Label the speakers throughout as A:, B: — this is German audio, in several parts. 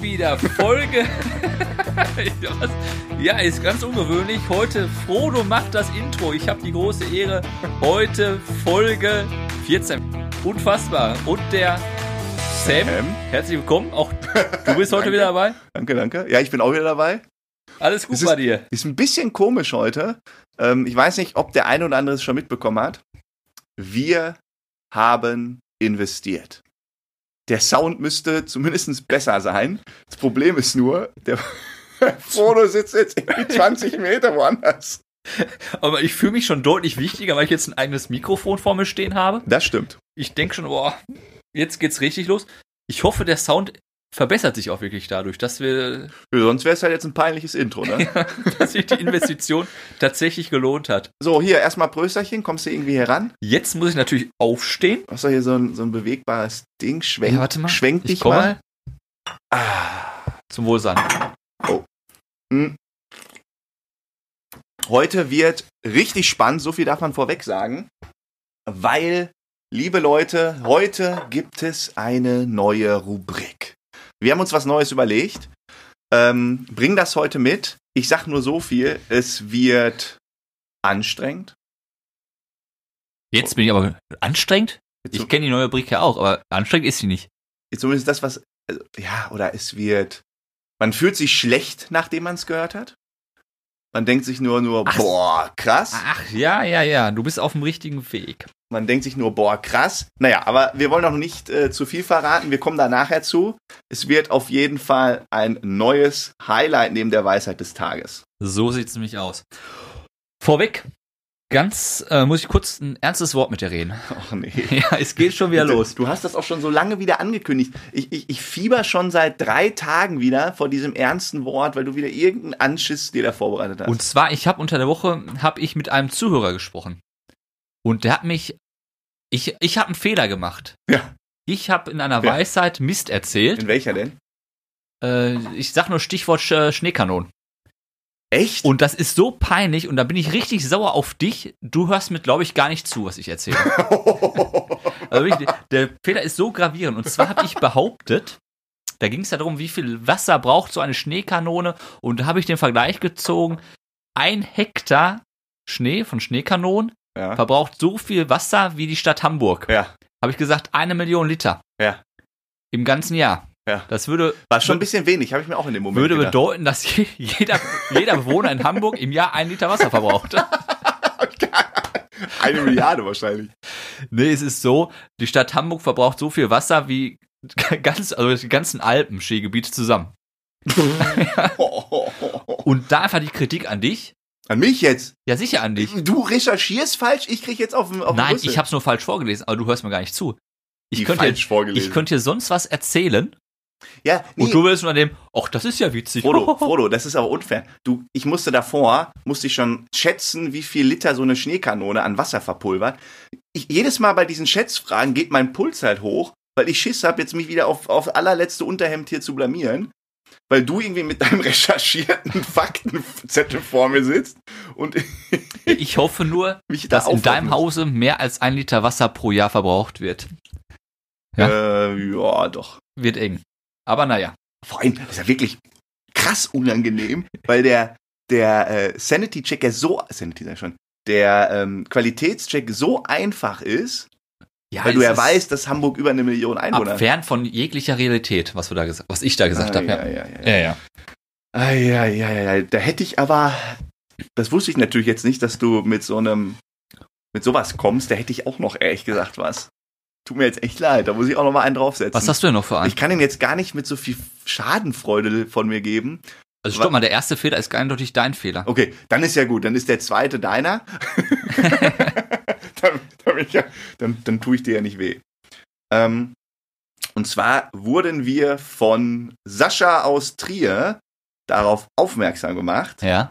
A: wieder Folge. ja, ist ganz ungewöhnlich. Heute Frodo macht das Intro. Ich habe die große Ehre. Heute Folge 14. Unfassbar. Und der Sam,
B: Sam?
A: herzlich willkommen. Auch du bist heute
B: Danke.
A: wieder dabei.
B: Danke, danke. Ja, ich bin auch wieder dabei.
A: Alles gut
B: Es
A: bei dir.
B: Ist ein bisschen komisch heute. Ähm, ich weiß nicht, ob der eine oder andere es schon mitbekommen hat. Wir haben investiert. Der Sound müsste zumindest besser sein. Das Problem ist nur, der Frodo sitzt jetzt irgendwie 20 Meter woanders.
A: Aber ich fühle mich schon deutlich wichtiger, weil ich jetzt ein eigenes Mikrofon vor mir stehen habe.
B: Das stimmt.
A: Ich denke schon, boah, jetzt geht's richtig los. Ich hoffe, der Sound verbessert sich auch wirklich dadurch, dass wir
B: Sonst wäre es halt jetzt ein peinliches Intro, ne?
A: dass sich die Investition tatsächlich gelohnt hat.
B: So, hier, erstmal Prösterchen. Kommst du irgendwie hier ran?
A: Jetzt muss ich natürlich aufstehen.
B: Hast du hier so ein, so ein bewegbares Ding? Schwenk,
A: Ja, warte mal.
B: schwenk dich
A: ich komme
B: mal. Ah.
A: zum Wohlsein.
B: Hm. Heute wird richtig spannend, so viel darf man vorweg sagen, weil, liebe Leute, heute gibt es eine neue Rubrik. Wir haben uns was Neues überlegt. Ähm, bring das heute mit. Ich sag nur so viel, es wird anstrengend.
A: Jetzt bin ich aber anstrengend. Ich kenne die neue Rubrik ja auch, aber anstrengend ist sie nicht.
B: Zumindest das, was, also, ja, oder es wird, man fühlt sich schlecht, nachdem man es gehört hat. Man denkt sich nur, nur,
A: Ach. Ah,
B: boah, krass.
A: Ach ja, ja, ja. Du bist auf dem richtigen Weg.
B: Man denkt sich nur, boah, krass. Naja, aber wir wollen noch nicht äh, zu viel verraten. Wir kommen da nachher zu. Es wird auf jeden Fall ein neues Highlight neben der Weisheit des Tages.
A: So sieht's nämlich aus. Vorweg, ganz äh, muss ich kurz ein ernstes Wort mit dir reden.
B: Och nee.
A: ja, es geht schon wieder los.
B: Du hast das auch schon so lange wieder angekündigt. Ich, ich, ich fieber schon seit drei Tagen wieder vor diesem ernsten Wort, weil du wieder irgendeinen Anschiss dir da vorbereitet hast.
A: Und zwar, ich habe unter der Woche hab ich mit einem Zuhörer gesprochen. Und der hat mich. Ich, ich habe einen Fehler gemacht.
B: Ja.
A: Ich habe in einer
B: Ja.
A: Weisheit Mist erzählt.
B: In welcher denn?
A: Äh, ich sag nur Stichwort Sch äh, Schneekanonen.
B: Echt?
A: Und das ist so peinlich und da bin ich richtig sauer auf dich. Du hörst mir, glaube ich, gar nicht zu, was ich erzähle. Also wirklich, der Fehler ist so gravierend. Und zwar habe ich behauptet, da ging es ja darum, wie viel Wasser braucht so eine Schneekanone. Und da habe ich den Vergleich gezogen, ein Hektar Schnee von Schneekanonen
B: ja.
A: verbraucht so viel Wasser wie die Stadt Hamburg.
B: ja.
A: Habe ich gesagt, eine Million Liter.
B: Ja.
A: Im ganzen Jahr.
B: Ja.
A: Das würde,
B: War schon ein bisschen wenig, habe ich mir auch in dem Moment
A: würde
B: gedacht.
A: bedeuten, dass je- jeder, jeder Bewohner in Hamburg im Jahr einen Liter Wasser verbraucht.
B: Eine Milliarde wahrscheinlich.
A: nee, es ist so, die Stadt Hamburg verbraucht so viel Wasser wie ganz, also die ganzen Alpen, Skigebiete zusammen. Und da einfach die Kritik an dich.
B: An mich jetzt?
A: Ja, sicher an dich.
B: Du recherchierst falsch, ich krieg jetzt auf, auf
A: Nein, ich hab's nur falsch vorgelesen, aber du hörst mir gar nicht zu. Ich könnte,
B: falsch vorgelesen.
A: ich könnte dir sonst was erzählen
B: ja, nee,
A: und du willst nur an dem, ach, das ist ja witzig.
B: Frodo, Frodo, das ist aber unfair. Du, ich musste davor, musste ich schon schätzen, wie viel Liter so eine Schneekanone an Wasser verpulvert. Ich, jedes Mal bei diesen Schätzfragen geht mein Puls halt hoch, weil ich Schiss hab, jetzt mich wieder auf, auf allerletzte Unterhemd hier zu blamieren. Weil du irgendwie mit deinem recherchierten Faktenzettel vor mir sitzt und
A: Ich hoffe nur,
B: mich da
A: dass in
B: aufhalten
A: deinem
B: muss.
A: Hause mehr als ein Liter Wasser pro Jahr verbraucht wird.
B: Äh, ja, doch.
A: Wird eng. Aber naja.
B: Vor allem, das ist ja wirklich krass unangenehm, weil der, der äh, Sanity-Check ja so, Sanity sag ich schon, der ähm, Qualitätscheck so einfach ist,
A: Ja,
B: weil du
A: es
B: ja
A: ist
B: weißt, dass Hamburg über eine Million Einwohner hat.
A: Fern von jeglicher Realität, was, du da gesagt, was ich da gesagt
B: Ah,
A: habe.
B: ja,
A: Ja.
B: ja, ja.
A: Ja. ja,
B: Ah, ja, ja, ja, ja. Da hätte ich aber, das wusste ich natürlich jetzt nicht, dass du mit so einem, mit sowas kommst, da hätte ich auch noch ehrlich gesagt was. Tut mir jetzt echt leid, da muss ich auch noch mal einen draufsetzen.
A: Was hast du denn noch für einen?
B: ich kann ihn jetzt gar nicht mit so viel Schadenfreude von mir geben,
A: also stopp mal, der erste Fehler ist eindeutig dein Fehler.
B: Okay, dann ist ja gut. Dann ist der zweite deiner. dann, dann, bin ich ja, dann, dann tue ich dir ja nicht weh. Ähm, und zwar wurden wir von Sascha aus Trier darauf aufmerksam gemacht,
A: Ja.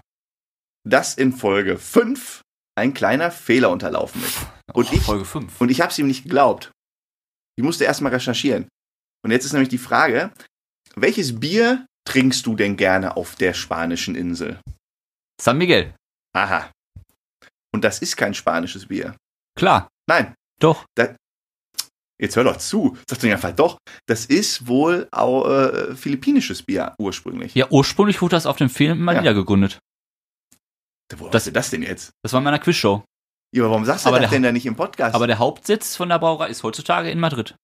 B: dass in Folge 5 ein kleiner Fehler unterlaufen ist. Und
A: Och,
B: ich-
A: Oh, Folge 5.
B: Und ich habe es ihm nicht geglaubt. Ich musste erstmal recherchieren. Und jetzt ist nämlich die Frage, welches Bier trinkst du denn gerne auf der spanischen Insel?
A: San Miguel.
B: Aha. Und das ist kein spanisches Bier.
A: Klar.
B: Nein,
A: Doch.
B: jetzt hör doch zu, sagt er einfach doch, das ist wohl auch, äh, philippinisches Bier ursprünglich.
A: Ja, ursprünglich wurde das auf dem Film mal
B: Ja.
A: wieder gegründet.
B: Wo
A: Das-
B: hast du das denn jetzt?
A: Das war in meiner Quizshow.
B: Ja, aber warum sagst du
A: Aber
B: das
A: der-
B: denn da nicht im Podcast?
A: Aber der Hauptsitz von der Brauerei ist heutzutage in Madrid.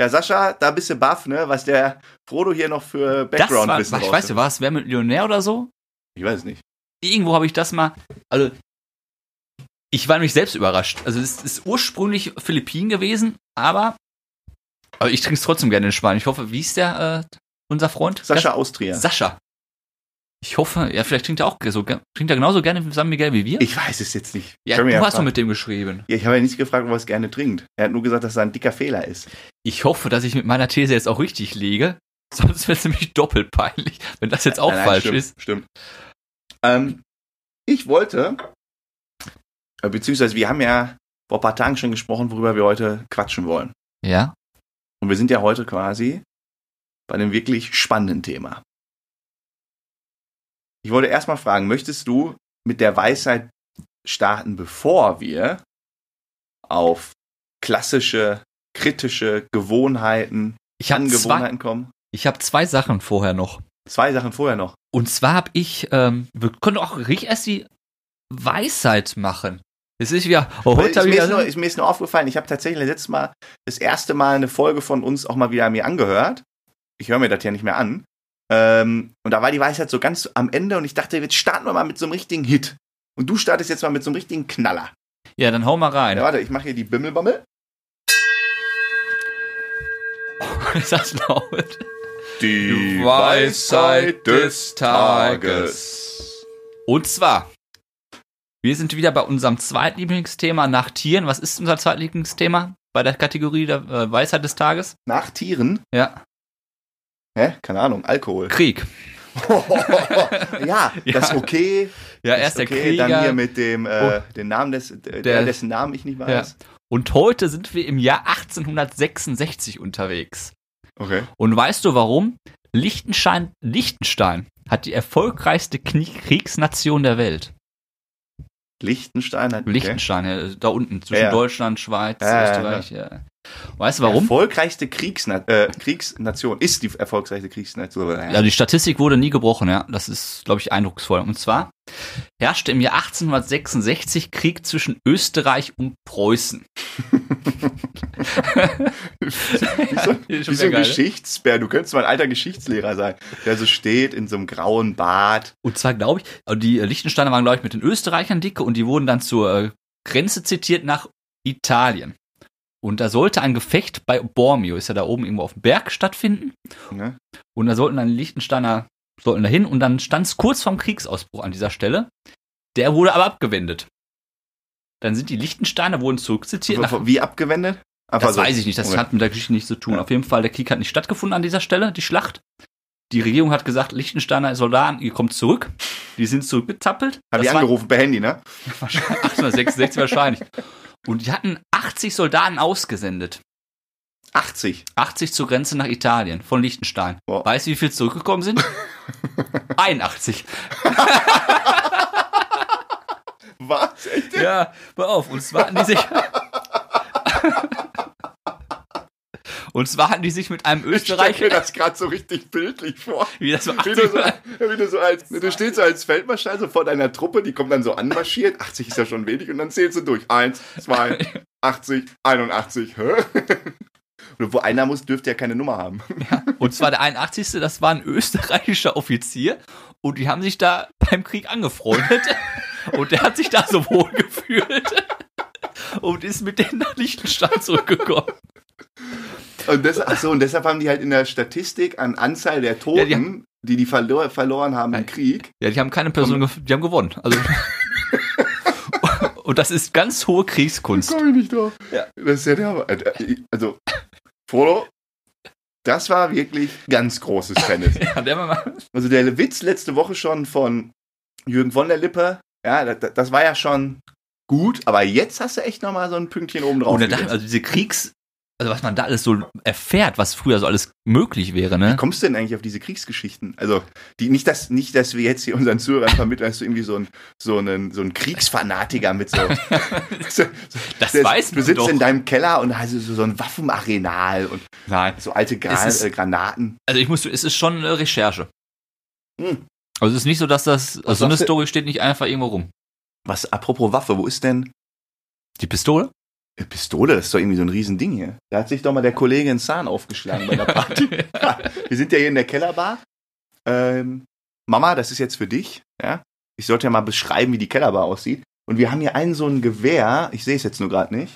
B: ja, Sascha, da bist du baff, ne, was der Frodo hier noch für
A: Das war, war,
B: Background-Wissen
A: ich weiß nicht,
B: rausfindet.
A: war es Wer mit Millionär oder so?
B: Ich weiß es nicht.
A: Irgendwo habe ich das mal, also ich war nämlich selbst überrascht. Also es ist ursprünglich Philippinen gewesen, aber, aber ich trinke es trotzdem gerne in Spanien. Ich hoffe, wie ist der, äh, unser Freund?
B: Sascha Austria.
A: Sascha. Ich hoffe, ja, vielleicht trinkt er auch so, ge- trinkt er genauso gerne San Miguel wie wir.
B: ich weiß es jetzt nicht.
A: ja,
B: Können
A: du
B: wir
A: hast doch
B: fragen.
A: mit dem geschrieben.
B: ja, ich habe ja nicht gefragt, ob er es gerne trinkt. Er hat nur gesagt, dass da ein dicker Fehler ist.
A: Ich hoffe, dass ich mit meiner These jetzt auch richtig liege. Sonst wäre es nämlich doppelt peinlich, wenn das jetzt auch
B: Nein, nein,
A: falsch
B: stimmt,
A: ist.
B: Stimmt. Ähm, ich wollte, äh, beziehungsweise wir haben ja vor ein paar Tagen schon gesprochen, worüber wir heute quatschen wollen.
A: Ja.
B: Und wir sind ja heute quasi bei einem wirklich spannenden Thema. Ich wollte erstmal fragen, möchtest du mit der Weisheit starten, bevor wir auf klassische, kritische Gewohnheiten,
A: Ich habe zwei,
B: Angewohnheiten kommen?
A: ich hab zwei Sachen vorher noch.
B: Zwei Sachen vorher noch.
A: Und zwar habe ich, ähm, wir können auch richtig erst die Weisheit machen. Es ist wieder, oh,
B: Weil
A: heute
B: Ist
A: hab
B: mir,
A: ich
B: ist, nur,
A: wieder,
B: ist mir ist nur aufgefallen, ich habe tatsächlich letztes Mal das erste Mal eine Folge von uns auch mal wieder mir angehört. Ich höre mir das ja nicht mehr an. Ähm, und da war die Weisheit so ganz am Ende und ich dachte, jetzt starten wir mal mit so einem richtigen Hit. Und du startest jetzt mal mit so einem richtigen Knaller.
A: ja, dann hau mal rein.
B: Ja, warte, ich mache hier die Bimmelbammel.
A: Ist das laut?
B: Die
A: Weisheit des Tages. Und zwar, wir sind wieder bei unserem Zweitlieblingsthema nach Tieren. Was ist unser Zweitlieblingsthema bei der Kategorie der äh, Weisheit des Tages?
B: Nach Tieren?
A: Ja,
B: Hä? Keine Ahnung, Alkohol.
A: Krieg.
B: ja, das
A: Ja.
B: okay.
A: Ja,
B: das
A: erst
B: okay.
A: der Krieger. Oh.
B: Dann hier mit dem äh, den Namen des, der,
A: Der-
B: dessen Namen ich nicht
A: Ja.
B: weiß.
A: Und heute sind wir im Jahr 1866 unterwegs.
B: Okay.
A: Und weißt du warum? Liechtenstein, Liechtenstein hat die erfolgreichste Knie- Kriegsnation der Welt.
B: Liechtenstein hat
A: Liechtenstein, ja, da unten, zwischen
B: Ja. Deutschland,
A: Deutschland, Schweiz,
B: Ja, ja,
A: Österreich. Ja. Weißt du warum?
B: Erfolgreichste Kriegsna äh, Kriegsnation ist die erfolgreichste Kriegsnation.
A: Ja, die Statistik wurde nie gebrochen, ja. Das ist, glaube ich, eindrucksvoll. Und zwar herrschte im Jahr 1866 Krieg zwischen Österreich und Preußen.
B: wie so,
A: ist schon
B: wie so ein
A: sehr geil, ne?
B: Geschichtsbär. Du könntest mal ein alter Geschichtslehrer sein, der so steht in so einem grauen Bart.
A: Und zwar, glaube ich, also die Liechtensteiner waren, glaube ich, mit den Österreichern dicke und die wurden dann zur äh, Grenze zitiert nach Italien. Und da sollte ein Gefecht bei Bormio, ist ja da oben irgendwo auf dem Berg, stattfinden.
B: Ne?
A: Und da sollten dann die Liechtensteiner, sollten da hin und dann stand es kurz vorm Kriegsausbruch an dieser Stelle. Der wurde aber abgewendet. Dann sind die Liechtensteiner, wurden zurückzitiert nach
B: Wie abgewendet? Einfach
A: das
B: so.
A: weiß ich nicht, das
B: Okay.
A: hat mit der Geschichte nichts zu tun.
B: also, Ja.
A: Auf jeden Fall, der Krieg hat nicht stattgefunden an dieser Stelle, die Schlacht. Die Regierung hat gesagt, Liechtensteiner Soldaten, ihr kommt zurück. Die sind zurückgetappelt.
B: Haben die
A: das waren
B: angerufen per Handy, ne?
A: 866 wahrscheinlich. Und die hatten 80 Soldaten ausgesendet.
B: 80.
A: 80 zur Grenze nach Italien von Liechtenstein.
B: Wow.
A: Weißt du, wie viel zurückgekommen sind? 81.
B: Was? Echt?
A: Ja, pass auf. Und zwar hatten die sich. Und zwar hatten die sich mit einem
B: Ich stell mir
A: Österreicher.
B: das gerade so richtig bildlich vor.
A: Wie das war
B: Wie du,
A: 80
B: so, wie du, so als, du stehst so als Feldmarschall so vor deiner Truppe, die kommt dann so anmarschiert. 80 ist ja schon wenig und dann zählst du durch. Eins, zwei, 80, 81. Hä? Und wo einer muss, dürfte ja keine Nummer haben.
A: Und zwar der 81. Das war ein österreichischer Offizier und die haben sich da beim Krieg angefreundet und der hat sich da so wohl gefühlt und ist mit denen nach Liechtenstein zurückgekommen.
B: Und das, ach so, und deshalb haben die halt in der Statistik an Anzahl der Toten,
A: Ja, die
B: die, die verlo verloren haben im Krieg,
A: Ja, die haben keine Person, gef- die haben gewonnen. Also und das ist ganz hohe Kriegskunst.
B: komme ich nicht drauf.
A: Ja.
B: Das ist ja der Hammer. Also, Frodo, das war wirklich ganz großes Tennis.
A: Ja, der war mal-
B: Also der Witz letzte Woche schon von Jürgen von der Lippe, ja, das, das war ja schon gut, aber jetzt hast du echt nochmal so ein Pünktchen oben drauf.
A: und der Oh, dachte,
B: gesetzt.
A: also diese Kriegs also was man da alles so erfährt, was früher so alles möglich wäre, ne?
B: kommst du denn eigentlich auf diese Kriegsgeschichten? Also, die, nicht, dass, nicht, dass wir jetzt hier unseren Zuhörern vermitteln, dass du irgendwie so ein, so einen, so ein Kriegsfanatiker mit so. so, so
A: Das
B: der-
A: weiß
B: Du
A: man
B: sitzt
A: doch.
B: in deinem Keller und hast so, so ein Waffenarsenal und
A: Nein.
B: so alte Gra
A: Es ist-
B: äh, Granaten.
A: Also ich muss, es ist schon äh, Recherche.
B: Hm.
A: Also es ist nicht so, dass das, also so eine
B: sagst du-
A: Story steht nicht einfach irgendwo rum.
B: Was, apropos Waffe, wo ist denn
A: Die Pistole?
B: äh, Pistole? Das ist doch irgendwie so ein Riesending hier. Da hat sich doch mal der Kollege in Zahn aufgeschlagen bei der Party. Wir sind ja hier in der Kellerbar. Ähm, Mama, das ist jetzt für dich. Ja? Ich sollte ja mal beschreiben, wie die Kellerbar aussieht. Und wir haben hier einen so ein Gewehr. Ich sehe es jetzt nur gerade nicht.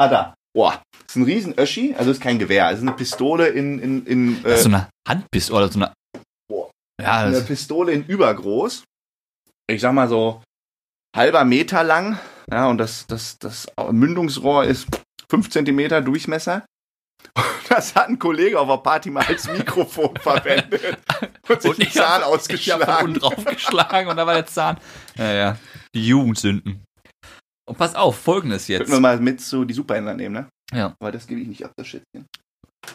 B: Ah, da. Boah, das ist ein Riesenöschi. Also ist kein Gewehr. Es ist eine Pistole in, in, in,
A: Das
B: äh,
A: ist so eine Handpistole oder so eine.
B: Boah.
A: Ja,
B: eine
A: das,
B: Pistole in übergroß. Ich sag mal so halber Meter lang. Ja, und das, das, das Mündungsrohr ist fünf Zentimeter Durchmesser. Und das hat ein Kollege auf der Party mal als Mikrofon verwendet. Und sich
A: Und
B: den
A: ich hab-
B: Zahn
A: ich habe von
B: ausgeschlagen.
A: unten draufgeschlagen und da war der Zahn. Ja, ja. Die Jugendsünden. Und pass auf, folgendes
B: Könnten wir
A: jetzt.
B: mal mit zu die Superhändler nehmen, ne?
A: Ja.
B: Weil das gebe ich nicht ab, das Schätzchen.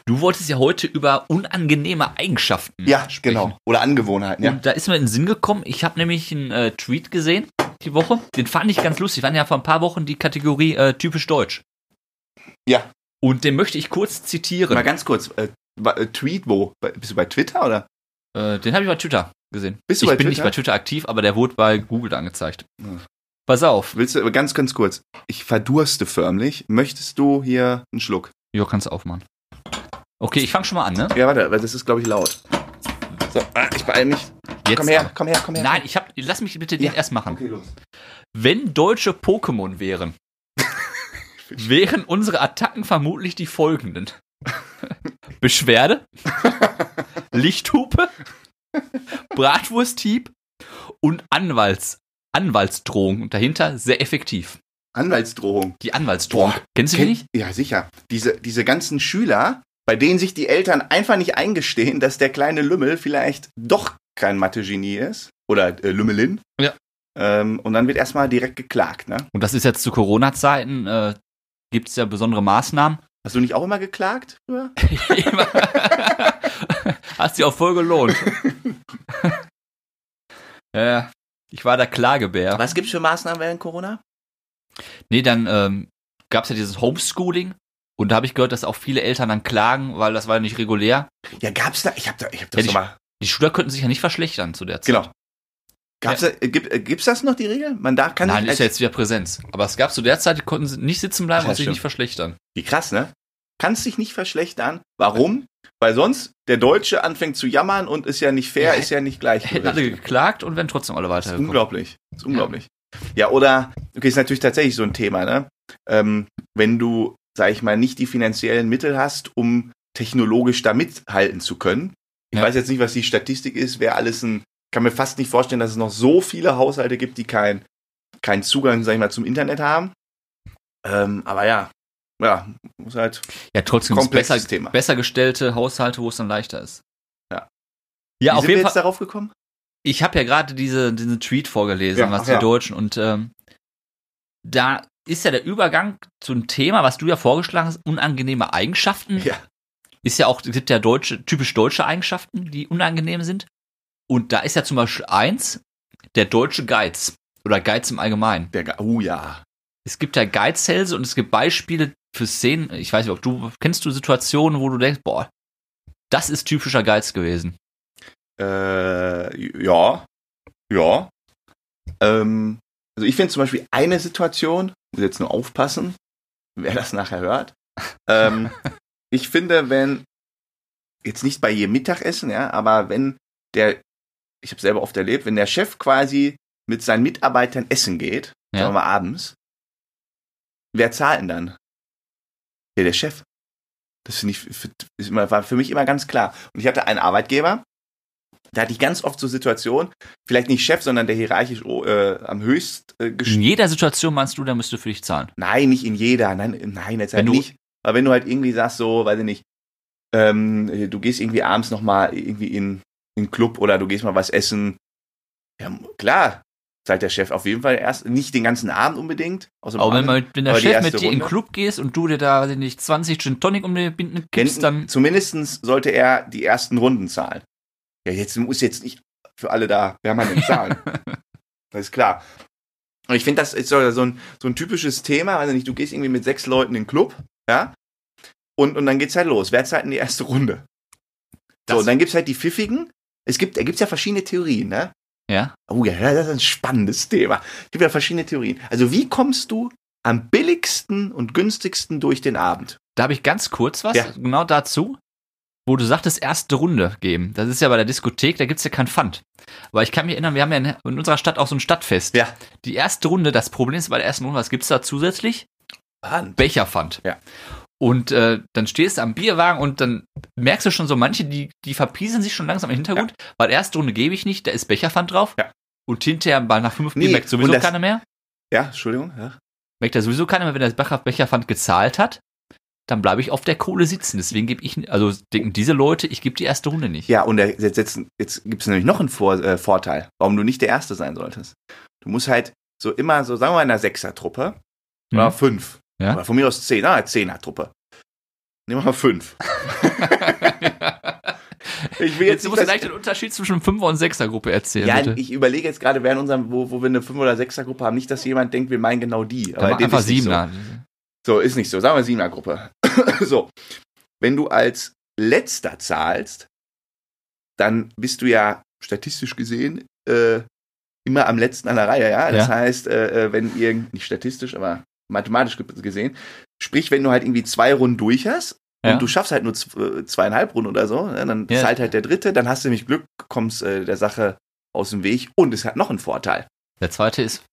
A: Du wolltest ja heute über unangenehme Eigenschaften
B: Ja,
A: Hm. sprechen. Hm,
B: genau. Oder Angewohnheiten, ja.
A: Und da ist mir in den Sinn gekommen, ich habe nämlich einen äh, Tweet gesehen die Woche. Den fand ich ganz lustig. Waren ja vor ein paar Wochen die Kategorie äh, typisch deutsch.
B: Ja.
A: Und den möchte ich kurz
B: Mal
A: zitieren.
B: ganz kurz, äh, wa- äh, Tweet wo? Bei- Bist du bei Twitter oder?
A: Äh, den habe ich bei Twitter gesehen.
B: Bist du
A: ich
B: bei
A: bin
B: Twitter?
A: nicht bei Twitter aktiv, aber der wurde bei Google angezeigt.
B: Ja.
A: Pass auf.
B: Willst du, ganz, ganz kurz. Ich verdurste förmlich. Möchtest du hier einen Schluck?
A: Jo, kannst du aufmachen. Okay, ich fange schon mal an, ne?
B: Ja, warte, weil das ist, glaube ich, laut. So, ah, ich beeil mich.
A: Jetzt
B: komm her,
A: aber.
B: komm her, komm her.
A: Nein, ich hab, lass mich bitte den
B: Ja.
A: erst machen.
B: Okay, los.
A: Wenn deutsche Pokémon wären, wären unsere Attacken vermutlich die folgenden. Beschwerde, Lichthupe, Bratwursthieb und Anwalts, Anwaltsdrohung. Und dahinter sehr effektiv.
B: Anwaltsdrohung.
A: Die Anwaltsdrohung. Kennst du die
B: Kenn-
A: nicht?
B: Ja, sicher. Diese, diese ganzen Schüler, bei denen sich die Eltern einfach nicht eingestehen, dass der kleine Lümmel vielleicht doch kein Mathe-Genie ist. Oder äh, Lümmelin.
A: Ja.
B: Ähm, und dann wird erstmal direkt geklagt, ne?
A: Und das ist jetzt zu Corona-Zeiten, äh, gibt es ja besondere Maßnahmen.
B: Hast du nicht auch immer geklagt früher?
A: Hast dir auch voll gelohnt. ja, ich war der Klagebär.
B: Was gibt's für Maßnahmen während Corona?
A: Nee, dann ähm, gab es ja dieses Homeschooling und da habe ich gehört, dass auch viele Eltern dann klagen, weil das war ja nicht regulär.
B: Ja, gab's da. Ich hab da, ich hab das
A: Ja,
B: noch
A: die-
B: mal.
A: Die Schüler könnten sich ja nicht verschlechtern zu der Zeit.
B: Genau. Gab's da, äh, gibt, äh, gibt's das noch die Regel? Man darf kann
A: Nein,
B: nicht
A: ist ja jetzt wieder Präsenz. Aber es gab zu der Zeit, die konnten sie nicht sitzen bleiben
B: Ach ja,
A: und sich
B: stimmt.
A: nicht verschlechtern.
B: Wie krass, ne? Kannst dich nicht verschlechtern. Warum? Weil sonst der Deutsche anfängt zu jammern und ist ja nicht
A: Ja,
B: fair, ist ja nicht gleich.
A: Hätten alle geklagt und wären trotzdem alle
B: Das ist
A: weitergekommen.
B: unglaublich. Das ist unglaublich. Ja, oder, okay, ist natürlich tatsächlich so ein Thema, ne? Ähm, wenn du, sag ich mal, nicht die finanziellen Mittel hast, um technologisch da mithalten zu können. Ich
A: Ja.
B: weiß jetzt nicht, was die Statistik ist, wer alles ein, kann mir fast nicht vorstellen, dass es noch so viele Haushalte gibt, die keinen keinen Zugang, sag ich mal, zum Internet haben. Ähm, aber ja, ja, muss halt
A: Ja, trotzdem ist
B: Komplexes
A: besser,
B: Thema.
A: besser gestellte Haushalte, wo es dann leichter ist. Ja,
B: Ja. Wie
A: auf
B: sind wir
A: jeden Fall.
B: jetzt darauf gekommen?
A: ich habe ja gerade diese, diesen Tweet vorgelesen,
B: Ja,
A: was
B: ach
A: die
B: ja.
A: Deutschen und ähm, da ist ja der Übergang zum Thema, was du ja vorgeschlagen hast, unangenehme Eigenschaften.
B: Ja.
A: Ist ja auch, es gibt ja deutsche, typisch deutsche Eigenschaften, die unangenehm sind. Und da ist ja zum Beispiel eins, der deutsche Geiz oder Geiz im Allgemeinen.
B: Der Ge- oh ja.
A: Es gibt ja Geizhälse und es gibt Beispiele für Szenen, ich weiß nicht, ob du, kennst du Situationen, wo du denkst, boah, das ist typischer Geiz gewesen.
B: Äh, ja. Ja. Ähm, also ich finde zum Beispiel eine Situation, muss jetzt nur aufpassen, wer das nachher hört. Ähm, ich finde, wenn, jetzt nicht bei jedem Mittagessen, ja, aber wenn der, ich habe selber oft erlebt, wenn der Chef quasi mit seinen Mitarbeitern essen geht,
A: Ja.
B: sagen wir mal abends, wer zahlt denn dann? Ja, der Chef. Das finde ich, f- ist immer, war für mich immer ganz klar. Und ich hatte einen Arbeitgeber, da hatte ich ganz oft so Situationen, vielleicht nicht Chef, sondern der hierarchisch äh, am höchst äh,
A: In jeder Situation meinst du, der müsste für dich zahlen.
B: Nein, nicht in jeder. Nein, nein, jetzt halt
A: Wenn du-
B: nicht. Aber wenn du halt irgendwie sagst, so, weiß ich nicht, ähm, du gehst irgendwie abends nochmal irgendwie in in einen Club oder du gehst mal was essen. Ja, m- klar, Ist halt der Chef auf jeden Fall erst, nicht den ganzen Abend unbedingt. Aus dem
A: Aber wenn,
B: Abend,
A: mal, wenn der
B: aber die
A: Chef
B: erste
A: mit dir in den
B: Runde.
A: Club gehst und du dir da weiß ich nicht 20 Gin Tonic um die Binden kippst, dann.
B: zumindestens sollte er die ersten Runden zahlen. Ja, jetzt muss jetzt nicht für alle da permanent zahlen. das ist klar. Und ich finde, das ist so so ein, so ein typisches Thema. Also nicht, du gehst irgendwie mit sechs Leuten in den Club, ja, und, und dann geht's halt los. Wer zahlt in die erste Runde? so,
A: Das-
B: und dann gibt's halt die Pfiffigen. Es gibt, da gibt's ja verschiedene Theorien, ne?
A: Ja.
B: Oh ja, das ist ein spannendes Thema. Es gibt ja verschiedene Theorien. Also, wie kommst du am billigsten und günstigsten durch den Abend?
A: Da habe ich ganz kurz was,
B: Ja.
A: genau dazu, wo du sagtest, erste Runde geben. Das ist ja bei der Diskothek, da gibt's ja kein Pfand. Aber ich kann mich erinnern, wir haben ja in, in unserer Stadt auch so ein Stadtfest.
B: Ja.
A: Die erste Runde, das Problem ist bei der ersten Runde, was gibt's da zusätzlich? Becherpfand.
B: Ja.
A: Und äh, dann stehst du am Bierwagen und dann merkst du schon so, manche, die, die verpiesen sich schon langsam im Hintergrund, weil erste Runde gebe ich nicht, da ist Becherpfand drauf.
B: Ja.
A: Und hinterher bei nach fünf
B: Nee,
A: Bier merkt sowieso
B: und das-
A: keiner mehr.
B: Ja, Entschuldigung. Ja.
A: Merkt ja sowieso keiner mehr, wenn der Becher, Becherpfand gezahlt hat, dann bleibe ich auf der Kohle sitzen. Deswegen gebe ich, also denken diese Leute, ich gebe die erste Runde nicht.
B: Ja, und der- jetzt, jetzt, jetzt gibt es nämlich noch einen Vor äh, Vorteil, warum du nicht der Erste sein solltest. Du musst halt so immer, so sagen wir mal in einer Sechser-Truppe,
A: Mhm.
B: oder fünf,
A: Ja.
B: oder von mir aus zehn, ah, Zehner-Truppe. Nehmen wir mal fünf. Ich will
A: Jetzt, musst
B: jetzt, nicht,
A: du
B: dass-
A: gleich den Unterschied zwischen Fünfer- und Sechsergruppe erzählen,
B: ja,
A: bitte.
B: ich überlege jetzt gerade, wer in unserem, wo, wo wir eine Fünf- oder Sechser-Gruppe haben, nicht, dass jemand denkt, wir meinen genau die.
A: Dann mach
B: dem
A: einfach
B: ist nicht
A: Siebener.
B: So. so, ist nicht so. Sagen wir Siebener-Gruppe. so, wenn du als Letzter zahlst, dann bist du ja statistisch gesehen äh, immer am letzten an der Reihe, ja. Das
A: Ja.
B: heißt, äh, äh, wenn ihr, nicht statistisch, aber mathematisch ge- gesehen, sprich, wenn du halt irgendwie zwei Runden durch hast und
A: Ja.
B: du schaffst halt nur zw- äh, zweieinhalb Runden oder so, ne, dann
A: Ja.
B: zahlt halt der Dritte, dann hast du nämlich Glück, kommst äh, der Sache aus dem Weg und es hat noch einen Vorteil.
A: Der zweite ist,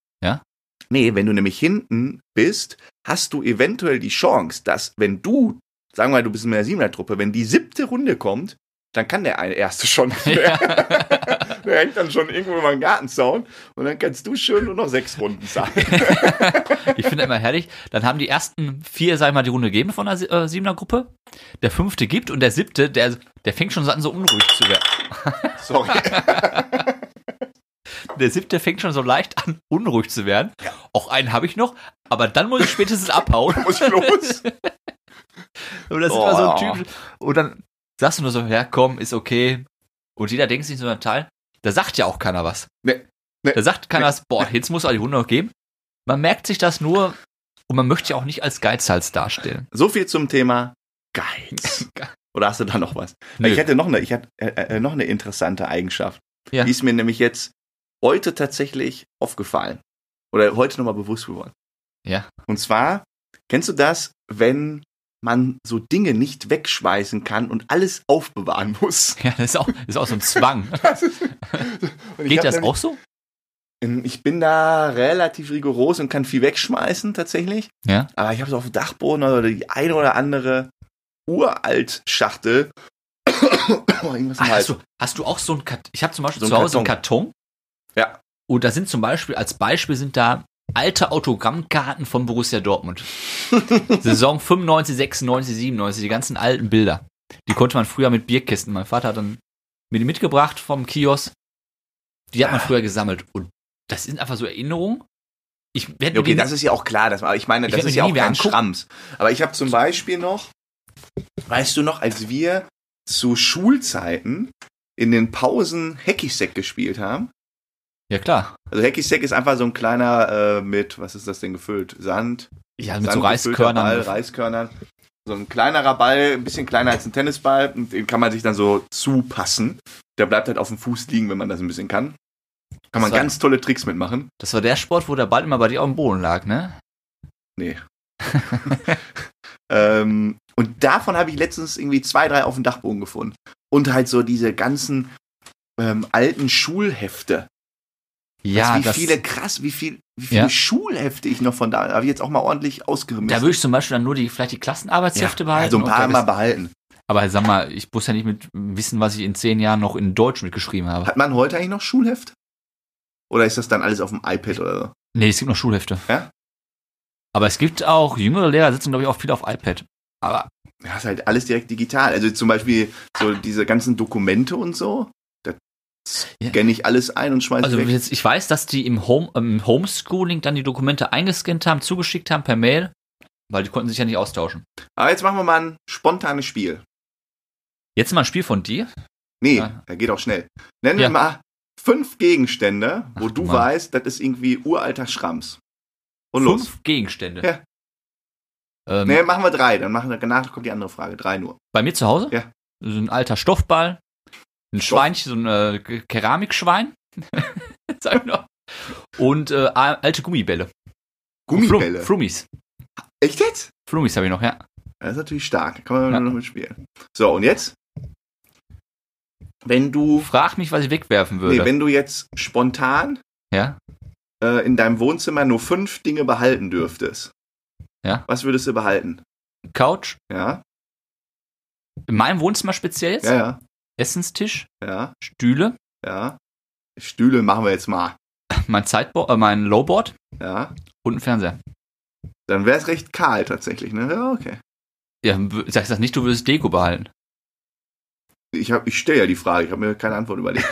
B: Nee, wenn du nämlich hinten bist, hast du eventuell die Chance, dass wenn du, sagen wir mal, du bist in der Siebener-Truppe, wenn die siebte Runde kommt, dann kann der eine erste schon. nicht mehr. Der hängt dann schon irgendwo über den Gartenzaun und dann kannst du schön nur noch sechs Runden zahlen.
A: ich finde immer herrlich, dann haben die ersten vier, sag ich mal, die Runde gegeben von der Sie- äh, Siebener-Gruppe. Der fünfte gibt und der siebte, der, der fängt schon so an, so unruhig zu werden.
B: Sorry.
A: Der siebte fängt schon so leicht an, unruhig zu werden. Auch einen habe ich noch, aber dann muss ich spätestens abhauen.
B: Muss ich los?
A: Und das ist immer so ein
B: Oh.
A: Typ. Und dann sagst du nur so, ja komm, ist okay. Und jeder denkt sich so einen Teil, da sagt ja auch keiner was.
B: Nee. Nee.
A: Da sagt keiner was, boah, jetzt muss er die Hunde noch geben. Man merkt sich das nur und man möchte ja auch nicht als Geizhals darstellen.
B: So viel zum Thema Geiz. Oder hast du da noch was?
A: Nö.
B: Ich hätte noch eine, ich hatte, äh, äh, noch eine interessante Eigenschaft.
A: Ja.
B: Die ist mir nämlich jetzt heute tatsächlich aufgefallen. Oder heute nochmal bewusst geworden.
A: Ja.
B: Und zwar, kennst du das, wenn man so Dinge nicht wegschmeißen kann und alles aufbewahren muss?
A: Ja, das ist auch, das ist auch so ein Zwang.
B: Das ist- Und ich hab
A: Geht das
B: nämlich-
A: auch so?
B: Ähm, Ich bin da relativ rigoros und kann viel wegschmeißen tatsächlich.
A: Ja.
B: Aber ich habe so auf dem Dachboden oder die eine oder andere uralt Schachtel. oh, irgendwas
A: Ach,
B: im Hals.
A: Ah, hast, du, hast du auch so ein Karton? Ich habe zum Beispiel
B: So ein
A: zu Hause einen Karton.
B: Ja.
A: Und da sind zum Beispiel, als Beispiel sind da alte Autogrammkarten von Borussia Dortmund. Saison 95, 96, 97, die ganzen alten Bilder. Die konnte man früher mit Bierkisten. Mein Vater hat dann mir die mitgebracht vom Kiosk. Die
B: Ah.
A: hat man früher gesammelt. Und das sind einfach so Erinnerungen. Ich werde
B: Ja, Okay, das ist ja auch klar, dass, aber ich meine,
A: Ich
B: das
A: werd
B: ist
A: mich
B: ja
A: nie
B: auch
A: mehr
B: kein
A: angucken.
B: Schramms. Aber ich habe zum Beispiel noch, weißt du noch, als wir zu Schulzeiten in den Pausen Hacky-Sack gespielt haben.
A: ja klar.
B: Also Hacky-Sack ist einfach so ein kleiner äh, mit, was ist das denn gefüllt? Sand,
A: Ja, mit so
B: Sand gefüllter Ball,
A: Reiskörnern.
B: Reiskörnern. So ein kleinerer Ball, ein bisschen kleiner als ein Tennisball. Und den kann man sich dann so zupassen. Der bleibt halt auf dem Fuß liegen, wenn man das ein bisschen kann. Kann man
A: Das war-
B: ganz tolle Tricks mitmachen.
A: Das war der Sport, wo der Ball immer bei dir auf dem Boden lag, ne?
B: Ähm, und davon habe ich letztens irgendwie zwei, drei auf dem Dachboden gefunden. Und halt so diese ganzen ähm, alten Schulhefte.
A: Ja,
B: Weißt du, wie
A: das-
B: viele krass, wie viel, wie viele
A: Ja.
B: Schulhefte ich noch von da habe ich jetzt auch mal ordentlich ausgemistet.
A: Da würde ich zum Beispiel dann nur die, vielleicht die Klassenarbeitshefte behalten.
B: also ein paar
A: und
B: mal
A: das-
B: behalten.
A: Aber sag mal, ich muss ja nicht mit wissen, was ich in zehn Jahren noch in Deutsch mitgeschrieben habe.
B: Hat man heute eigentlich noch Schulheft? Oder ist das dann alles auf dem iPad oder so?
A: Nee, es gibt noch Schulhefte.
B: Ja?
A: Aber es gibt auch jüngere Lehrer, sitzen, glaube ich, auch viel auf iPad. Aber
B: Ja, ist halt alles direkt digital. Also zum Beispiel so diese ganzen Dokumente und so. Das scanne ich alles ein und schmeiße
A: Also
B: weg.
A: jetzt, ich weiß, dass die im, Home, im Homeschooling dann die Dokumente eingescannt haben, zugeschickt haben per Mail, weil die konnten sich ja nicht austauschen.
B: Aber jetzt machen wir mal ein spontanes Spiel.
A: Jetzt mal ein Spiel von dir.
B: Nee,
A: Ja.
B: da geht auch schnell. Nennen
A: Ja.
B: wir mal fünf Gegenstände, wo
A: Ach,
B: du
A: Mann.
B: weißt, das ist irgendwie uralter Schrams. Und
A: Fünf
B: los.
A: Gegenstände.
B: Ja.
A: Ähm,
B: Nee, machen wir drei, dann machen wir danach kommt die andere Frage. Drei nur.
A: Bei mir zu Hause?
B: Ja.
A: So ein alter Stoffball, ein
B: Stoff.
A: Schweinchen, so ein äh, Ke- Keramikschwein. Sag ich noch. Und äh, a- alte Gummibälle.
B: Gummibälle.
A: Frum- Frummis.
B: Echt jetzt?
A: Frummis habe ich noch, ja.
B: Das ist natürlich stark. Kann man
A: Ja.
B: nur noch mitspielen. So, und jetzt? Wenn du,
A: Frag mich, was ich wegwerfen würde.
B: Oh. nee, wenn du jetzt spontan
A: ja.
B: äh, in deinem Wohnzimmer nur fünf Dinge behalten dürftest.
A: Ja.
B: Was würdest du behalten?
A: Couch.
B: Ja,
A: In meinem Wohnzimmer speziell jetzt.
B: ja, ja,
A: Essenstisch.
B: ja,
A: Stühle.
B: ja. Stühle machen wir jetzt mal.
A: Mein Sideboard, äh, mein Lowboard
B: Ja.
A: und ein Fernseher.
B: Dann wäre es recht kahl tatsächlich, ne? Ja, okay.
A: Ja, w- sag ich das nicht, du würdest Deko behalten.
B: Ich, hab- ich stelle ja die Frage, ich habe mir keine Antwort überlegt.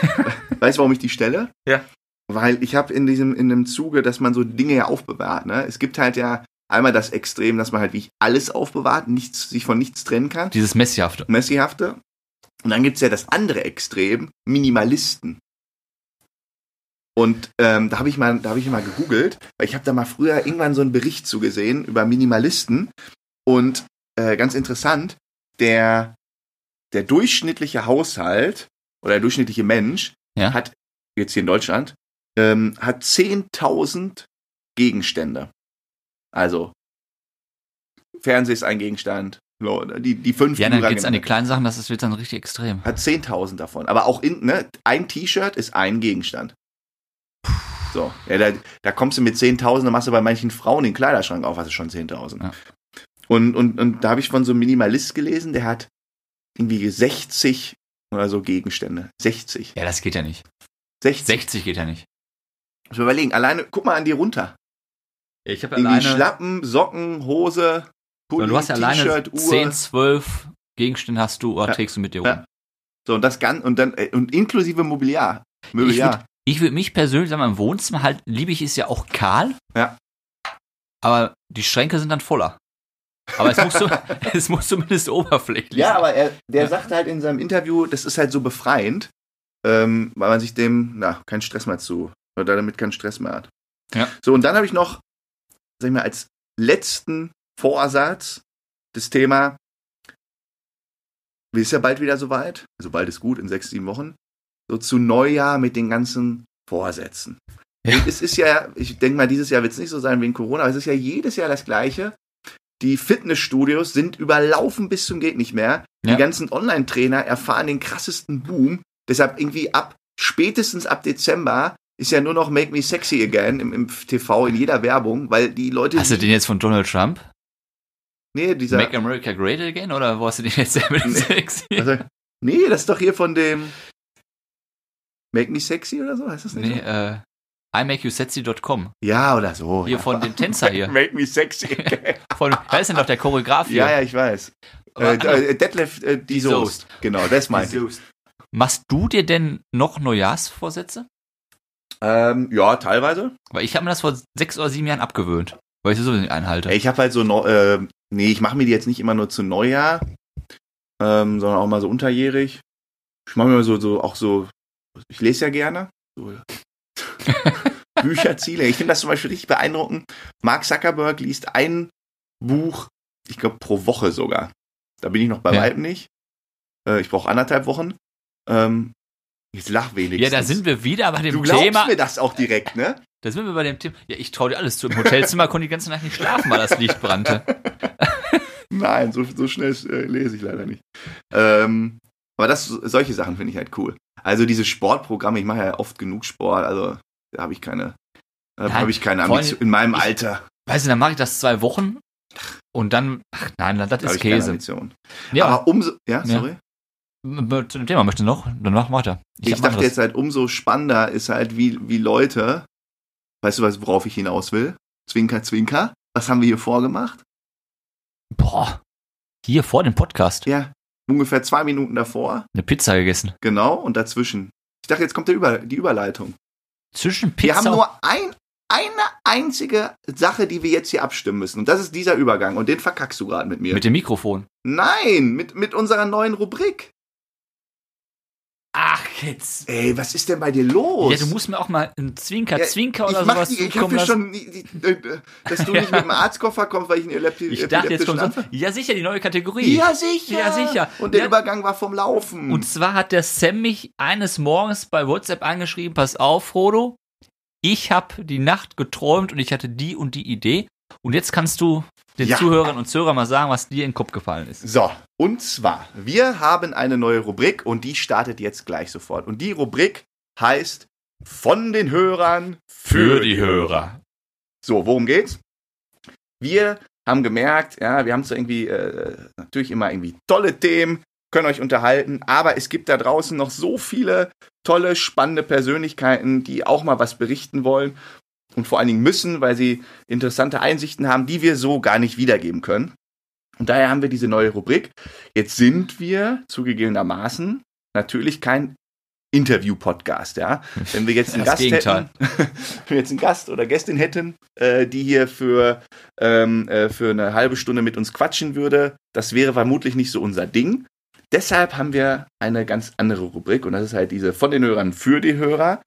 B: weißt du, warum ich die stelle?
A: Ja.
B: Weil ich habe in diesem, in dem Zuge, dass man so Dinge ja aufbewahrt, ne? Es gibt halt ja einmal das Extrem, dass man halt wie alles aufbewahrt, nichts, sich von nichts trennen kann.
A: Dieses Messihafte.
B: Messihafte. Und dann gibt's ja das andere Extrem, Minimalisten. Und ähm, da habe ich mal, da habe ich mal gegoogelt, weil ich habe da mal früher irgendwann so einen Bericht zugesehen über Minimalisten. Und äh, ganz interessant, der, der durchschnittliche Haushalt oder der durchschnittliche Mensch
A: Ja.
B: hat, jetzt hier in Deutschland, ähm, hat 10.000 Gegenstände. Also, Fernseher ist ein Gegenstand, so, die, die fünf
A: Ja,
B: die du
A: dann geht's
B: rangenommen
A: an die
B: hast
A: kleinen Sachen, das ist- wird dann richtig extrem.
B: hat 10.000 davon. Aber auch in, ne, ein T-Shirt ist ein Gegenstand. So, ja, da, da kommst du mit 10.000, dann machst du bei manchen Frauen den Kleiderschrank auf, hast du schon 10.000.
A: Ja.
B: Und, und, und da habe ich von so einem Minimalist gelesen, der hat irgendwie 60 oder so Gegenstände. 60.
A: Ja, das geht ja nicht.
B: 60.
A: 60 geht ja nicht.
B: Muss man überlegen, alleine, guck mal an dir runter.
A: Ich habe
B: Irgendwie Schlappen, Socken, Hose, Pulli,
A: du hast ja alleine
B: T-Shirt, Uhr.
A: 10, 12 Gegenstände hast du oder
B: Ja.
A: trägst du mit dir rum.
B: Ja. So, und das Ganze, und dann, äh, und inklusive Mobiliar.
A: Ich
B: Mobiliar.
A: würde ich würd mich persönlich sagen, im Wohnzimmer halt, liebe ich es ja auch kahl.
B: Ja.
A: Aber die Schränke sind dann voller. Aber es muss, so, es muss zumindest oberflächlich
B: Ja,
A: sein.
B: aber er, der
A: Ja.
B: sagte halt in seinem Interview, das ist halt so befreiend, ähm, weil man sich dem, na, keinen Stress mehr zu, oder damit keinen Stress mehr hat.
A: Ja.
B: So, und dann habe ich noch, sag ich mal, als letzten Vorsatz das Thema, wir ist ja bald wieder soweit, also bald ist gut, in sechs, sieben Wochen, so zu Neujahr mit den ganzen Vorsätzen.
A: Ja.
B: Und Es ist ja, ich denke mal, dieses Jahr wird es nicht so sein wegen Corona, aber es ist ja jedes Jahr das Gleiche. Die Fitnessstudios sind überlaufen bis zum geht nicht mehr.
A: Ja.
B: Die ganzen Online-Trainer erfahren den krassesten Boom. Deshalb irgendwie ab spätestens ab Dezember ist ja nur noch Make Me Sexy Again im, im TV in jeder Werbung, weil die Leute
A: Hast du den jetzt von Donald Trump?
B: nee dieser
A: Make America Great Again? Oder wo hast du den jetzt her mit dem
B: Nee.
A: Sexy?
B: also, nee das ist doch hier von dem Make Me Sexy oder so heißt das nicht?
A: nee,
B: so?
A: äh, imakeyousexy.com.
B: Ja oder so.
A: Hier
B: ja.
A: von dem Tänzer hier.
B: Make Me Sexy Again.
A: Von, da ist denn doch der Choreograf hier.
B: ja ja ich weiß.
A: Aber
B: Äh,
A: Anna,
B: äh, Detlef äh, die Soest. Genau das meinte ich.
A: machst du dir denn noch Neujahrsvorsätze?
B: Ähm, ja teilweise.
A: Weil ich habe mir das vor sechs oder sieben Jahren abgewöhnt, weil ich sie sowieso nicht einhalte.
B: Ja, Ich habe halt so, neu- äh, nee, ich mache mir die jetzt nicht immer nur zu Neujahr, ähm, sondern auch mal so unterjährig. Ich mache mir mal so, so, auch so, ich lese ja gerne. So. Bücherziele. Ich finde das zum Beispiel richtig beeindruckend. Mark Zuckerberg liest ein Buch, ich glaube, pro Woche sogar. Da bin ich noch bei
A: Ja.
B: weitem nicht. Äh, ich brauche anderthalb Wochen. Ähm, jetzt lach
A: Ja,
B: wenigstens.
A: da sind wir wieder bei dem
B: Du glaubst
A: Thema.
B: mir das auch direkt, ne?
A: Da sind wir bei dem Thema. Ja, ich traue dir alles zu. Im Hotelzimmer konnte ich die ganze Nacht nicht schlafen, weil das Licht brannte.
B: Nein, so, so schnell äh, lese ich leider nicht. Ähm, aber das, solche Sachen finde ich halt cool. Also diese Sportprogramme, ich mache ja oft genug Sport, also da habe ich keine, da
A: Nein,
B: habe ich keine
A: vor
B: Ambition. In meinem
A: ich-
B: Alter
A: Weißt du, dann mache ich das zwei Wochen und dann. Ach nein, das
B: habe
A: ist
B: ich keine
A: Käse.
B: Ambition.
A: Ja,
B: Aber umso, ja, sorry.
A: aber zu dem Thema möchte noch. Dann mach weiter.
B: Ich,
A: hab
B: dachte
A: anderes.
B: jetzt halt, umso spannender ist halt, wie, wie Leute, weißt du was, worauf ich hinaus will? Zwinker, Zwinker. Was haben wir hier vorgemacht?
A: Boah. Hier vor dem Podcast
B: Ja, ungefähr zwei Minuten davor,
A: eine Pizza gegessen.
B: genau, und dazwischen. Ich dachte, jetzt kommt der Über die Überleitung.
A: Zwischen
B: Wir
A: Pizza
B: haben nur ein, eine einzige Sache, die wir jetzt hier abstimmen müssen. Und das ist dieser Übergang. Und den verkackst du gerade mit mir.
A: mit dem Mikrofon.
B: Nein, mit, mit unserer neuen Rubrik.
A: Ach, jetzt.
B: Ey, was ist denn bei dir los?
A: Ja, du musst mir auch mal einen Zwinker,
B: Ja,
A: Zwinker
B: ich
A: oder
B: mach
A: sowas
B: die, ich hab
A: zukommen
B: dir
A: lassen.
B: schon, die, die, äh, dass du nicht mit dem Arztkoffer kommst, weil ich einen Elep
A: Ich dachte, jetzt kommt sonst. Ja, sicher, die neue Kategorie.
B: Ja, sicher.
A: Ja, sicher.
B: Und der
A: Ja.
B: Übergang war vom Laufen.
A: Und zwar hat der Sam mich eines Morgens bei WhatsApp angeschrieben, pass auf, Frodo, ich habe die Nacht geträumt und ich hatte die und die Idee. Und jetzt kannst du den
B: Ja.
A: Zuhörern und Zuhörern mal sagen, was dir in den Kopf gefallen ist.
B: So, und zwar, wir haben eine neue Rubrik und die startet jetzt gleich sofort. Und die Rubrik heißt Von den Hörern So, worum geht's? Wir haben gemerkt, ja, wir haben zwar irgendwie äh, natürlich immer irgendwie tolle Themen, können euch unterhalten, aber es gibt da draußen noch so viele tolle, spannende Persönlichkeiten, die auch mal was berichten wollen und vor allen Dingen müssen, weil sie interessante Einsichten haben, die wir so gar nicht wiedergeben können. Und daher haben wir diese neue Rubrik. Jetzt sind wir zugegebenermaßen natürlich kein Interview-Podcast, ja. Wenn wir jetzt einen
A: Das
B: Gast
A: Gegenteil.
B: hätten, wenn wir jetzt einen Gast oder Gästin hätten, äh, die hier für, ähm, äh, für eine halbe Stunde mit uns quatschen würde, das wäre vermutlich nicht so unser Ding. Deshalb haben wir eine ganz andere Rubrik und das ist halt diese von den Hörern für die Hörer.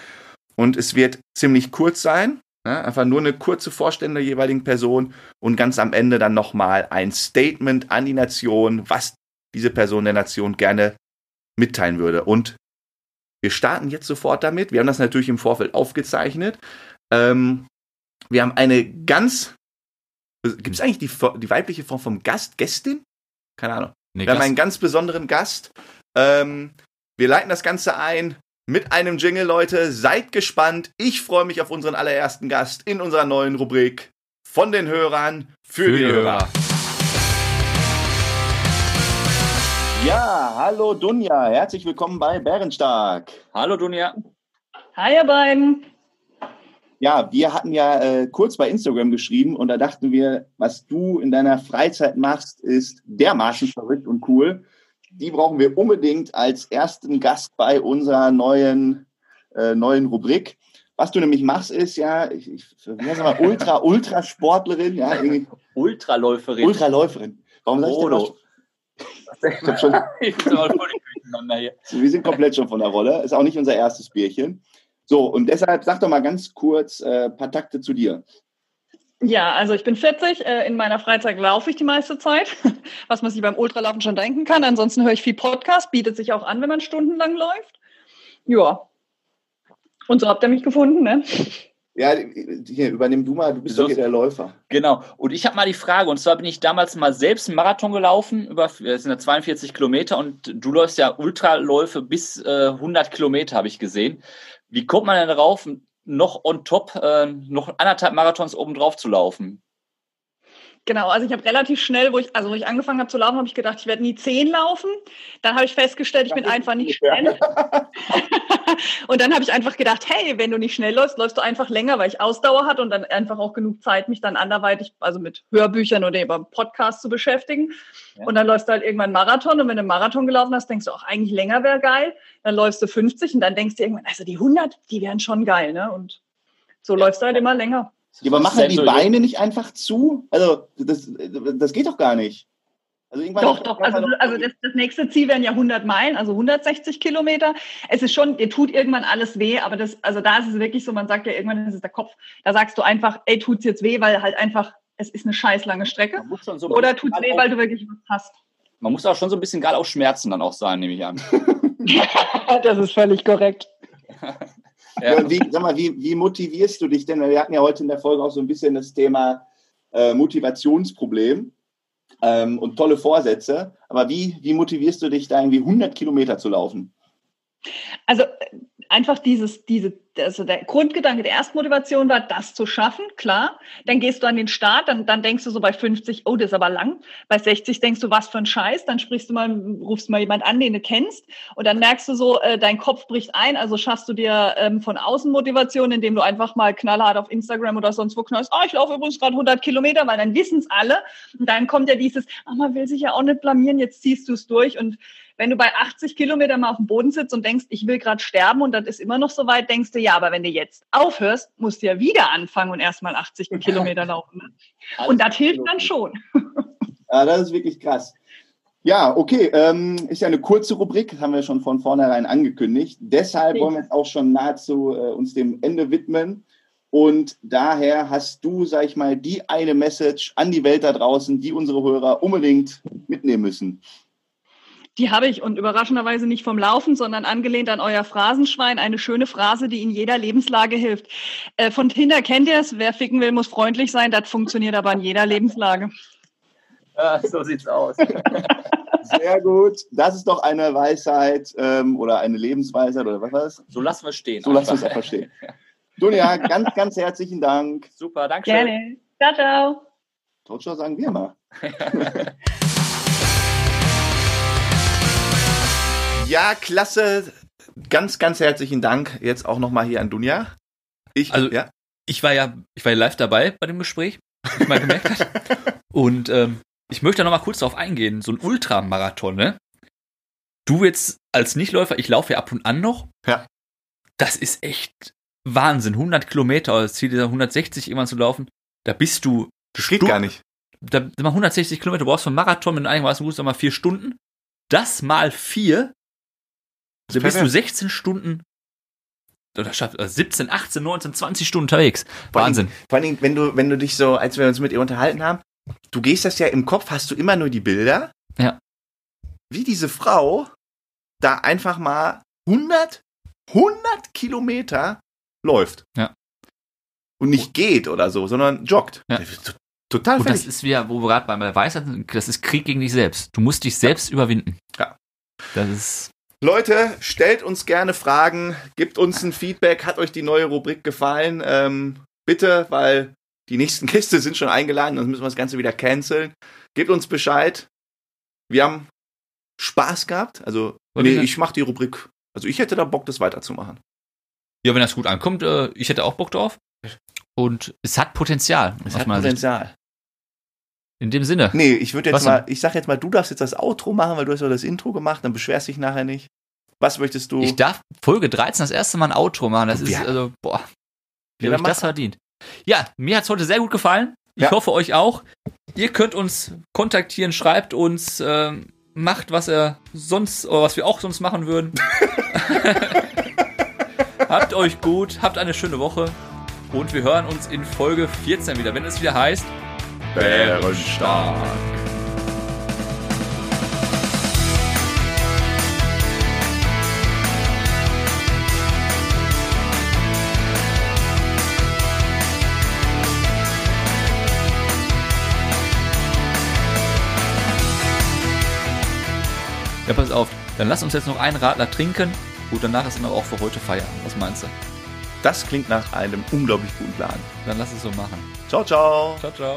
B: Und es wird ziemlich kurz sein. Ne? Einfach nur eine kurze Vorstellung der jeweiligen Person und ganz am Ende dann nochmal ein Statement an die Nation, was diese Person der Nation gerne mitteilen würde. Und wir starten jetzt sofort damit. Wir haben das natürlich im Vorfeld aufgezeichnet. Ähm, wir haben eine ganz. Gibt es eigentlich die, die weibliche Form vom Gast, Gästin? Keine Ahnung.
A: Nee,
B: Wir haben
A: Gast-
B: einen ganz besonderen Gast. Ähm, wir leiten das Ganze ein mit einem Jingle, Leute. Seid gespannt. Ich freue mich auf unseren allerersten Gast in unserer neuen Rubrik von den Hörern für, die, Hörer. Ja, hallo Dunja. Herzlich willkommen bei Bärenstark.
A: Hallo Dunja.
C: Hi, ihr beiden.
B: Ja, wir hatten ja äh, kurz bei Instagram geschrieben und da dachten wir, was du in deiner Freizeit machst, ist dermaßen verrückt und cool. Die brauchen wir unbedingt als ersten Gast bei unserer neuen, äh, neuen Rubrik. Was du nämlich machst, ist ja, ich, ich wie heißt das mal, Ultra, Ultrasportlerin, ja, irgendwie
A: Ultraläuferin.
B: Ultraläuferin. Warum sag ich denn
A: Frodo.
B: was? Ich hab schon,
A: ich bin mal voll durcheinander hier.
B: wir sind komplett schon von der Rolle. Ist auch nicht unser erstes Bierchen. So, und deshalb sag doch mal ganz kurz äh, paar Takte zu dir.
C: Ja, also ich bin 40. äh, In meiner Freizeit laufe ich die meiste Zeit, was man sich beim Ultralaufen schon denken kann. Ansonsten höre ich viel Podcast, bietet sich auch an, wenn man stundenlang läuft. Ja. Und so habt ihr mich gefunden, ne?
B: Ja, hier, übernimm du mal, du bist
A: So
B: doch hier
A: ist-
B: der Läufer.
A: Genau. Und ich habe mal die Frage, und zwar bin ich damals mal selbst einen Marathon gelaufen, über äh, es sind ja 42 Kilometer, und du läufst ja Ultraläufe bis äh, 100 Kilometer, habe ich gesehen. Wie kommt man denn darauf, noch on top, äh, noch anderthalb Marathons obendrauf zu laufen?
C: Genau, also ich habe relativ schnell, wo ich, also wo ich angefangen habe zu laufen, habe ich gedacht, ich werde nie zehn laufen. Dann habe ich festgestellt, ich bin einfach nicht schnell. und dann habe ich einfach gedacht, hey, wenn du nicht schnell läufst, läufst du einfach länger, weil ich Ausdauer hatte und dann einfach auch genug Zeit, mich dann anderweitig, also mit Hörbüchern oder über Podcasts zu beschäftigen.
A: Ja.
C: Und dann läufst du halt irgendwann Marathon und wenn du einen Marathon gelaufen hast, denkst du auch, eigentlich länger wäre geil. Dann läufst du 50 und dann denkst du irgendwann, also die 100, die wären schon geil, ne? Und so läufst du halt immer länger.
B: Ja, aber machen die
A: Sensor-
B: Beine nicht einfach zu? Also, das, das geht doch gar nicht. Also irgendwann
C: Doch, doch. Also, also das, das nächste Ziel wären ja 100 Meilen, also 160 Kilometer. Es ist schon, dir tut irgendwann alles weh, aber das, also da ist es wirklich so, man sagt ja irgendwann ist es der Kopf. Da sagst du einfach, ey, tut's jetzt weh, weil halt einfach, es ist eine scheiß lange Strecke.
A: Man muss schon so-
C: Oder tut's weh, weil du wirklich was hast.
A: Man muss auch schon so ein bisschen geil auf Schmerzen dann auch sein, nehme ich an.
C: Das ist völlig korrekt.
B: ja, und wie, sag mal, wie, wie motivierst du dich denn? Wir hatten ja heute in der Folge auch so ein bisschen das Thema äh, Motivationsproblem ähm, und tolle Vorsätze. Aber wie, wie motivierst du dich da irgendwie 100 Kilometer zu laufen?
C: Also äh, einfach dieses, diese, also der Grundgedanke der Erstmotivation war, das zu schaffen, klar. Dann gehst du an den Start, dann, dann denkst du so bei 50, oh, das ist aber lang. Bei 60 denkst du, was für ein Scheiß. Dann sprichst du mal, rufst mal jemand an, den du kennst. Und dann merkst du so, äh, dein Kopf bricht ein. Also schaffst du dir ähm, von außen Motivation, indem du einfach mal knallhart auf Instagram oder sonst wo knallst, ah, ich laufe übrigens gerade 100 Kilometer, weil dann wissen es alle. Und dann kommt ja dieses, ah, man will sich ja auch nicht blamieren, jetzt ziehst du es durch. Und Wenn du bei 80 Kilometern mal auf dem Boden sitzt und denkst, ich will gerade sterben und das ist immer noch so weit, denkst du, ja, aber wenn du jetzt aufhörst, musst du ja wieder anfangen und erstmal 80 Kilometer laufen. ne? Und das hilft dann schon.
D: Ja, Ah, das ist wirklich krass. Ja, okay, ähm, ist ja eine kurze Rubrik, das haben wir schon von vornherein angekündigt. Deshalb wollen wir jetzt auch schon nahezu äh, uns dem Ende widmen. Und daher hast du, sag ich mal, die eine Message an die Welt da draußen, die unsere Hörer unbedingt mitnehmen müssen.
C: Die habe ich und überraschenderweise nicht vom Laufen, sondern angelehnt an euer Phrasenschwein. Eine schöne Phrase, die in jeder Lebenslage hilft. Äh, von Tinder kennt ihr es, wer ficken will, muss freundlich sein. Das funktioniert aber in jeder Lebenslage.
D: Ja, so sieht's aus. Sehr gut. Das ist doch eine Weisheit ähm, oder eine Lebensweisheit oder was war das?
E: So lassen wir es stehen.
D: So lassen wir es
E: Einfach.
D: einfach stehen. Dunja, ganz, ganz herzlichen Dank.
E: Super, danke schön.
C: Gerne. Ciao, ciao.
D: Totschau sagen wir mal.
B: Ja, klasse. Ganz, ganz herzlichen Dank jetzt auch nochmal hier an Dunja. Ich,
A: Also-
B: ja.
A: ich war ja, ich war ja live dabei bei dem Gespräch, wie ich mal gemerkt hat. Und ähm, ich möchte noch mal kurz darauf eingehen, so ein Ultramarathon, ne? Du jetzt als Nichtläufer, ich laufe ja ab und an noch.
B: Ja.
A: Das ist echt Wahnsinn. 100 Kilometer, oder das Ziel ist ja 160 irgendwann zu laufen. Da bist du,
B: Das geht
A: Stu-
B: gar nicht.
A: da, sag mal 160 Kilometer, du brauchst für einen Marathon, wenn du einigermaßen gut bist, sag mal vier Stunden. Das mal vier, da bist du 16 Stunden, oder schaff- äh, 17, 18, 19, 20 Stunden unterwegs.
B: Vor allen
A: Wahnsinn.
B: Vor allen Dingen, wenn du, wenn du dich so, als wir uns mit ihr unterhalten haben, du gehst das ja im Kopf, hast du immer nur die Bilder.
A: Ja.
B: Wie diese Frau da einfach mal 100, 100 Kilometer läuft.
A: Ja. Oh.
B: Und nicht geht oder so, sondern joggt.
A: Ja.
B: T- Total
A: Und das
B: fertig.
A: ist wieder, wo wir gerade bei der Weisheit sind, das ist Krieg gegen dich selbst. Du musst dich selbst überwinden.
B: Ja.
A: Das ist,
B: Leute, stellt uns gerne Fragen, gebt uns ein Feedback, hat euch die neue Rubrik gefallen? Ähm, bitte, weil die nächsten Gäste sind schon eingeladen, sonst müssen wir das Ganze wieder canceln. Gebt uns Bescheid. Wir haben Spaß gehabt. Also,
A: Und
B: nee,
A: diese-
B: ich mach die Rubrik. Also, ich hätte da Bock, das weiterzumachen.
A: ja, wenn das gut ankommt, äh, ich hätte auch Bock drauf. Und es hat Potenzial. aus meiner Sicht.
B: Potenzial.
A: In dem Sinne.
B: Nee, ich würde jetzt
A: Was
B: mal, ich sag jetzt mal, du darfst jetzt das Outro machen, weil du hast ja das Intro gemacht, dann beschwerst dich nachher nicht. Was möchtest du?
A: Ich darf Folge 13 das erste Mal ein Outro machen. Das ist,
B: Ja.
A: also, boah, wie
B: Ja,
A: hab
B: dann
A: ich das verdient. Ja, mir hat's heute sehr gut gefallen. Ich
B: Ja.
A: hoffe, euch auch. Ihr könnt uns kontaktieren, schreibt uns, ähm, macht, was ihr sonst, oder was wir auch sonst machen würden. habt euch gut, habt eine schöne Woche und wir hören uns in Folge 14 wieder, wenn es wieder heißt.
B: Bärenstark.
A: Ja, pass auf, dann lass uns jetzt noch einen Radler trinken. Gut, danach ist dann aber auch für heute Feierabend. Was meinst du?
B: Das klingt nach einem unglaublich guten Plan.
A: Dann lass es so machen.
B: Ciao, ciao.
A: Ciao, ciao.